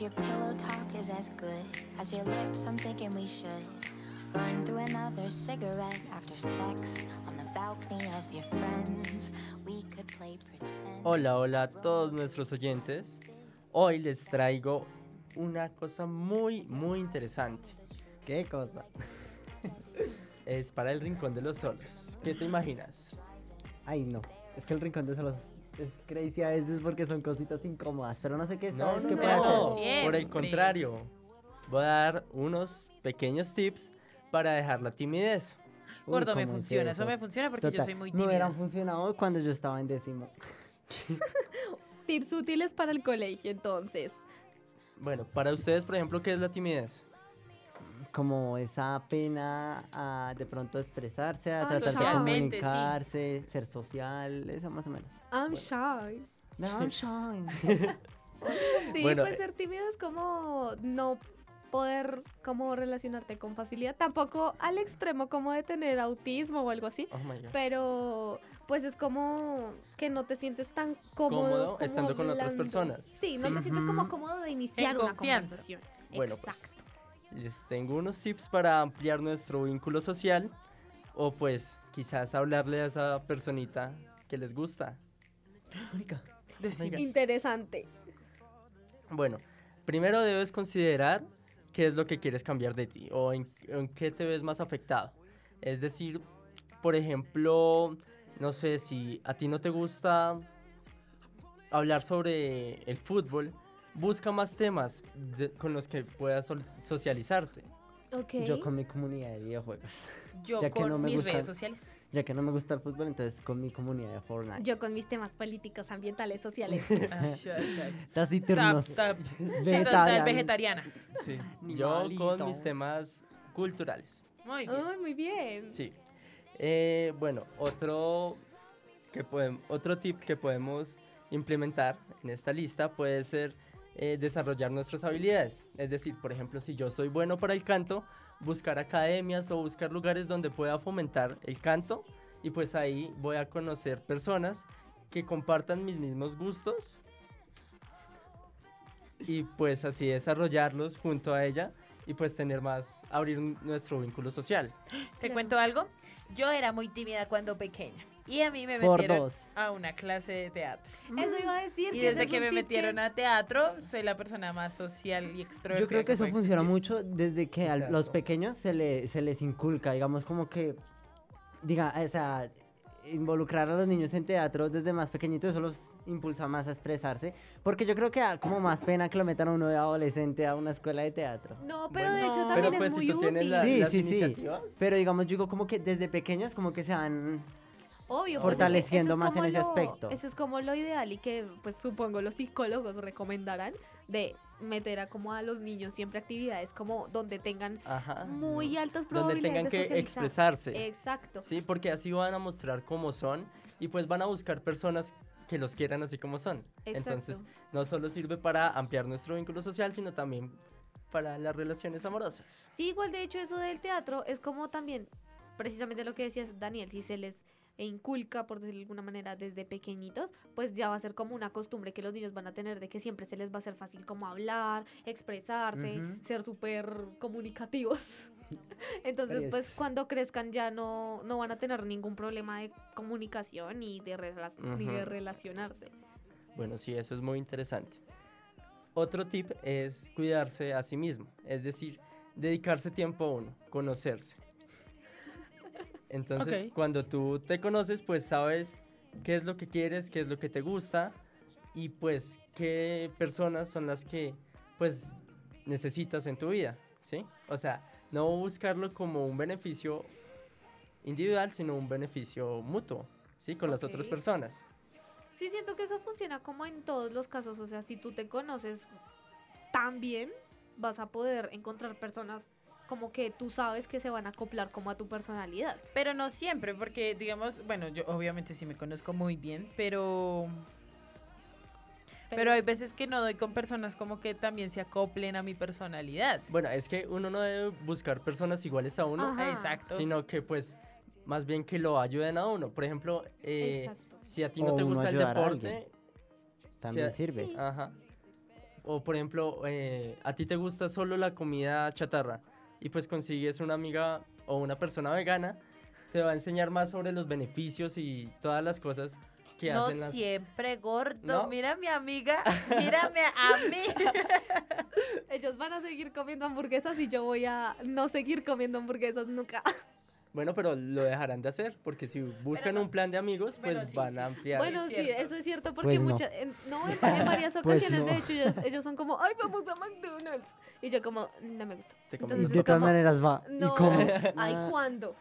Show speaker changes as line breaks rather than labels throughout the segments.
your pillow talk is as good as your lips, I'm thinking we should run through another cigarette after sex on the balcony of your friends. We could play pretend.
Hola, hola a todos nuestros oyentes. Hoy les traigo una cosa muy, muy interesante.
¿Qué cosa?
Es para el Rincón de los Solos. ¿Qué te imaginas?
Ay, no. Es que el rincón de solos es crazy a veces porque son cositas incómodas. Pero no sé qué esta vez que puede
no.
hacer.
por
Siempre.
el contrario. Voy a dar unos pequeños tips para dejar la timidez.
Uy,
Gordo, me
cómo es
funciona, eso.
eso.
me funciona porque yo
Total,
soy muy
Me
tímida.
hubieran funcionado cuando yo estaba en décimo.
Tips útiles para el colegio, entonces.
Bueno, para ustedes, por ejemplo, ¿qué es la timidez?
Como esa pena a de pronto expresarse, a
Ah,
tratar de
socialmente, sí.
comunicarse, ser social, eso más o menos.
I'm shy.
No, I'm shy.
Sí,
Bueno, eh.
pues ser tímido es como no poder como relacionarte con facilidad, tampoco al extremo como de tener autismo o algo así,
Oh my god.
pero pues es como que no te sientes tan cómodo,
Cómodo
como
estando con otras
hablando.
personas.
Sí, no
Sí.
te sientes como
Ujú.
cómodo de iniciar
En
una
confianza.
conversación.
Bueno,
Exacto.
pues les tengo unos tips para ampliar nuestro vínculo social o pues quizás hablarle a esa personita que les gusta.
Marica.
Decime.
Interesante.
Bueno, primero debes considerar qué es lo que quieres cambiar de ti o en, en qué te ves más afectado. Es decir, por ejemplo, no sé si a ti no te gusta hablar sobre el fútbol, busca más temas de- con los que puedas sol- socializarte.
Ok.
Yo con mi comunidad de videojuegos.
Yo
Ya que
con
no me
mis
gustan.
redes sociales.
Ya que no me gusta el fútbol, entonces con mi comunidad de Fortnite.
Yo con mis temas políticos, ambientales, sociales.
Ay, ay, ay. Tap,
Taciturnos.
tap. Sí, total,
Vegetarianos.
vegetariana.
Sí, yo
Animalizo.
con mis temas culturales.
Muy bien.
Ay, muy bien.
Sí. Eh, bueno, otro, que podem- otro tip que podemos implementar en esta lista puede ser eh, desarrollar nuestras habilidades. Es decir, por ejemplo, si yo soy bueno para el canto, buscar academias o buscar lugares donde pueda fomentar el canto y pues ahí voy a conocer personas que compartan mis mismos gustos y pues así desarrollarlos junto a ella y pues tener más, abrir nuestro vínculo social.
¿Te
Claro.
cuento algo? Yo era muy tímida cuando pequeña. Y a mí me
Por
metieron
dos.
a una clase de teatro.
Eso iba a decir.
Y
ese
desde
es
que
un
me
tip
metieron a teatro, soy la persona más social y extrovertida.
Yo creo que eso
puede
funciona
existir.
mucho desde que a
Claro.
los pequeños se, le- se les inculca, digamos, como que, diga, o sea, involucrar a los niños en teatro desde más pequeñitos, eso los impulsa más a expresarse, porque yo creo que da como más pena que lo metan a uno de adolescente a una escuela de teatro.
No, pero
Bueno.
de hecho
No.
también
Pero pues
es
si
muy
tú tienes
útil.
la-
Sí,
las
sí, sí.
iniciativas,
Pero digamos, yo digo como que desde pequeños como que se van...
Obvio, pues es que
Fortaleciendo
eso es
más en
como
ese
lo-
aspecto.
Eso es como lo ideal y que pues supongo los psicólogos recomendarán de meter a como a los niños siempre actividades como donde tengan
Ah.
ajá,
muy altas
donde
probabilidades
tengan
de
que
socializar.
expresarse.
Exacto.
Sí, porque así van a mostrar cómo son y pues van a buscar personas que los quieran así como son. Entonces, no solo sirve para ampliar nuestro vínculo social, sino también para las relaciones amorosas.
Sí, igual de hecho eso del teatro es como también precisamente lo que decías Daniel, si se les inculca por decirlo de alguna manera desde pequeñitos, pues ya va a ser como una costumbre que los niños van a tener de que siempre se les va a hacer fácil como hablar, expresarse,
Ujú.
ser súper comunicativos. Entonces, pues
Precios.
cuando crezcan ya no, no van a tener ningún problema de comunicación ni de, rela- ni de
Ujú.
relacionarse.
Bueno, sí, eso es muy interesante. Otro tip es cuidarse a sí mismo, es decir, dedicarse tiempo a uno, conocerse. Entonces,
Ok.
cuando tú te conoces, pues sabes qué es lo que quieres, qué es lo que te gusta y pues qué personas son las que pues necesitas en tu vida, ¿sí? O sea, no buscarlo como un beneficio individual, sino un beneficio mutuo, ¿sí? Con las otras
Ok.
personas.
Sí, siento que eso funciona como en todos los casos. O sea, si tú te conoces tan bien, vas a poder encontrar personas como que tú sabes que se van a acoplar como a tu personalidad.
Pero no siempre, porque digamos, bueno, yo obviamente sí me conozco muy bien, pero... Pero hay veces que no doy con personas como que también se acoplen a mi personalidad.
Bueno, es que uno no debe buscar personas iguales a uno,
Ajá.
Exacto.
sino que pues más bien que lo ayuden a uno. Por ejemplo, eh,
Exacto.
si a ti
O
no te
uno
gusta el
ayudar a
deporte,
alguien. También
Sí,
sirve.
sí.
ajá, O por ejemplo, eh, a ti te gusta solo la comida chatarra y pues consigues una amiga o una persona vegana, te va a enseñar más sobre los beneficios y todas las cosas que
No
hacen las...
siempre gordo.
¿No?
Mira a mi amiga, mírame a mí.
Ellos van a seguir comiendo hamburguesas y yo voy a no seguir comiendo hamburguesas nunca.
Bueno, pero lo dejarán de hacer porque si buscan un plan de amigos, pues
Bueno, sí,
van
sí.
a ampliar.
bueno,
es
sí,
cierto.
eso es cierto porque
Pues no.
muchas, en, no, en, en varias
Pues
ocasiones,
no.
de hecho, ellos, ellos son como, ay, vamos a McDonald's. Y yo como, no me gusta.
Te
Y
convencí.
Entonces
de
es
todas
como,
maneras va.
No,
¿Y cómo?
ay,
Ah,
¿cuándo?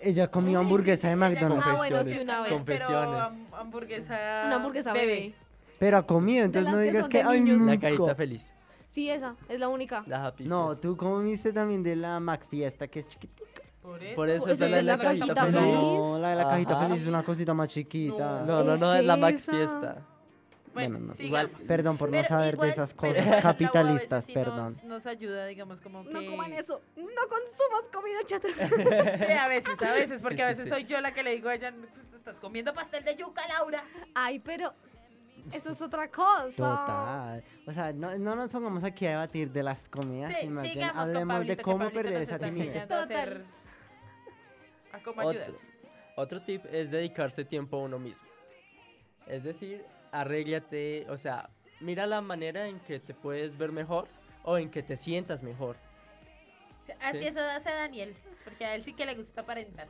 Ella
Sí, sí,
comió hamburguesa
sí,
de
ella
McDonald's.
Ah, bueno, sí,
Confesiones,
una vez.
Pero
Confesiones.
ham- hamburguesa.
Una hamburguesa bebé.
Pero ha comido,
las
entonces no
que
digas
son
que.
de
Ay,
niños".
nunca.
La cajita feliz,
Sí, esa, es la única.
la happy.
No,
Feast.
tú comiste también de la McFiesta, que es chiquita.
Por eso.
Por eso
Esa
es la,
es
la
la
cajita,
cajita
feliz.
feliz.
No, la de la cajita
Ajá.
feliz es una cosita más chiquita.
No, no, no, es la
Es
Max
esa.
Fiesta.
Bueno,
Bueno, no.
Igual,
sigamos.
Perdón por no
Pero
saber
igual-
de esas
pero
cosas
igual la guava a veces
capitalistas,
sí
perdón.
Nos, nos ayuda, digamos, como que.
No coman eso, no consumas comida chatarra.
Sí, a veces, a veces, porque
Sí,
a
sí,
veces
sí.
soy yo la que le digo a ella, "Pues, estás comiendo pastel de yuca, Laura.
Ay, pero eso es otra cosa.
Total. O sea, no, no nos pongamos aquí a debatir de las comidas,
Sí,
sino más bien
sigamos con
hablemos
Pablito,
de
que
cómo
Pablito
perder
nos
esa
está
timidez.
enseñando a
Total.
hacer- A cómo
Otro.
ayudarlos.
Otro tip es dedicarse tiempo a uno mismo. Es decir, arréglate, o sea, mira la manera en que te puedes ver mejor o en que te sientas mejor.
Sí, Así
Sí.
eso hace Daniel, porque a él sí que le gusta aparentar.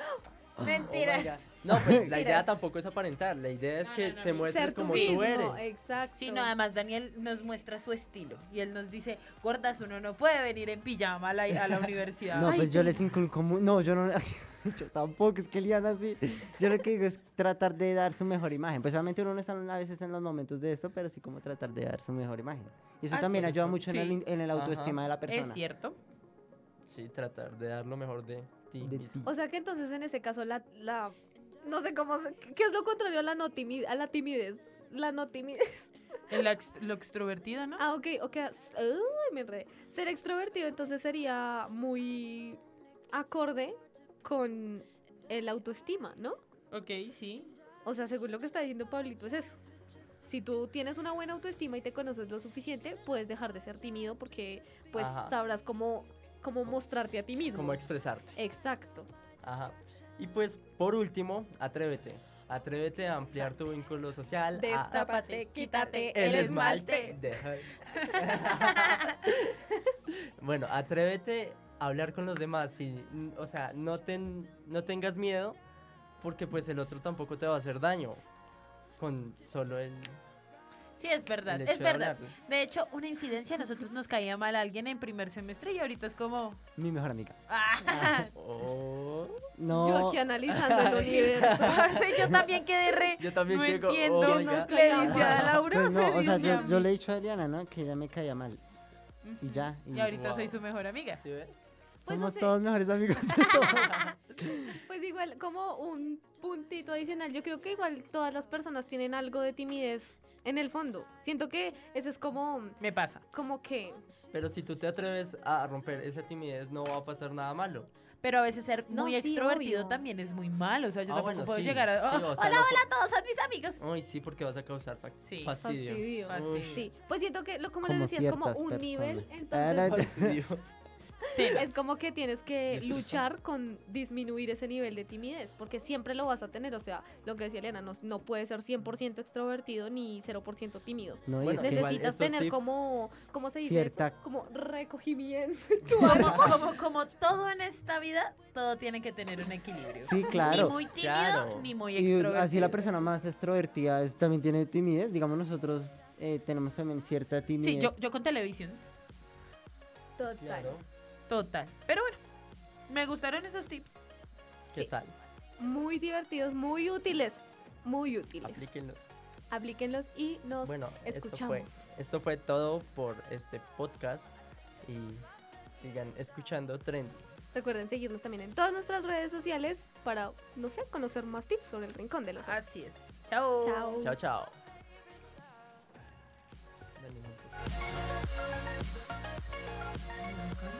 Ah,
Oh my
Mentiras.
God. no, pues la idea
Mentiras.
tampoco es aparentar, la idea Pues es
No,
que
no, no,
te
no.
muestres
Ser
como
tú
tú
mismo, eh.
eres.
exacto.
Sí, no, además Daniel nos muestra su estilo y él nos dice, gordas, uno no puede venir en pijama a la, a la universidad.
No,
Ay,
pues yo
tú-
les inculco mu- No, yo no. yo tampoco, es que lian así. Yo lo que digo es tratar de dar su mejor imagen. Pues obviamente uno no está a veces en los momentos de eso, pero sí como tratar de dar su mejor imagen. Y eso
Ah, sí,
también ayuda
eso,
mucho en, el,
sí.
in- en el
Ajá.
autoestima de la persona.
es cierto.
Sí, tratar de dar lo mejor de ti.
De
mismo.
ti.
O sea que entonces en ese caso la, la no sé cómo se- qué es lo contrario a la no timi- a la timidez. La no timidez.
El ex- lo extrovertido, ¿no?
Ah, ok, ok. as- Ay, me enredé. Ser extrovertido entonces sería muy acorde con el autoestima, ¿no?
Ok, sí.
O sea, según lo que está diciendo Pablito es eso. Si tú tienes una buena autoestima y te conoces lo suficiente, puedes dejar de ser tímido porque pues
Ajá.
sabrás cómo, cómo mostrarte a ti mismo.
Como expresarte.
Exacto.
Ajá. Y pues, por último, atrévete. Atrévete a ampliar tu vínculo social. a-
Destápate, quítate
El esmalte. Deja- bueno, atrévete a hablar con los demás. Y, mm, o sea, no, ten- no tengas miedo porque pues el otro tampoco te va a hacer daño con solo el...
Sí, es verdad,
el
es
hecho de
verdad.
hablarle.
De hecho, una incidencia, a nosotros nos caía mal alguien en primer semestre y ahorita es como...
Mi mejor amiga.
¡Ah!
Oh,
No.
Yo aquí analizando el universo.
Parce, yo también quedé re...
Yo también
no
digo,
entiendo.
oiga.
¿Quién nos
caía
le dice a
mal?
Laura.
"Oh Pues no, o sea,
dice a
yo,
mí.
yo le he dicho a Eliana, ¿no? Que ella me caía mal. Y ya. Y
Y ahorita
Wow.
soy su mejor amiga.
¿sí ves?
Pues
somos
no sé.
todos mejores amigos.
Pues igual, como un puntito adicional, yo creo que igual todas las personas tienen algo de timidez en el fondo. Siento que eso es como,
Me pasa.
como que,
Pero si tú te atreves a romper esa timidez, no va a pasar nada malo. Ah,
Pero a veces ser
No,
muy
sí,
extrovertido
obvio.
también es muy malo. O sea, yo
Ah,
tampoco
bueno,
puedo
sí,
llegar a.
sí,
"Oh,
o sea,
hola,
no
hola a todos, son mis amigos.
Ay, sí, porque vas a causar fac-
Sí.
fastidio.
fastidio.
Fastidio.
Sí, pues siento que, lo, como, les decía, es como
ciertas
un nivel.
personas. Ah,
Entonces,
Fastidio.
Tenas.
es como que tienes que
Disculpa.
luchar con disminuir ese nivel de timidez, porque siempre lo vas a tener. O sea, lo que decía Elena, no, no puede ser 100% extrovertido ni 0% tímido.
No, y
Bueno,
es que
igual
Necesitas
estos
tener
tips-
como, ¿cómo se dice
Cierta-
eso? Como recogimiento.
como, como, como todo en esta vida, todo tiene que tener un equilibrio.
Sí, claro.
Ni muy tímido,
Claro.
ni muy
Y
extrovertido.
así la persona más extrovertida es- también tiene timidez. Digamos, nosotros eh, tenemos también cierta timidez.
Sí, yo, yo con televisión.
Total.
Claro.
Total. Pero bueno, me gustaron esos tips.
¿Qué
Sí.
tal?
Muy divertidos, muy útiles. Muy útiles.
Aplíquenlos.
Aplíquenlos y nos
Bueno, esto
escuchamos.
fue, esto fue todo por este podcast y sigan escuchando Trendy.
Recuerden seguirnos también en todas nuestras redes sociales para, no sé, conocer más tips sobre el rincón de los Arts.
Así es. Chao.
Chao.
Chao, chao. Dale, Montes.
Chao.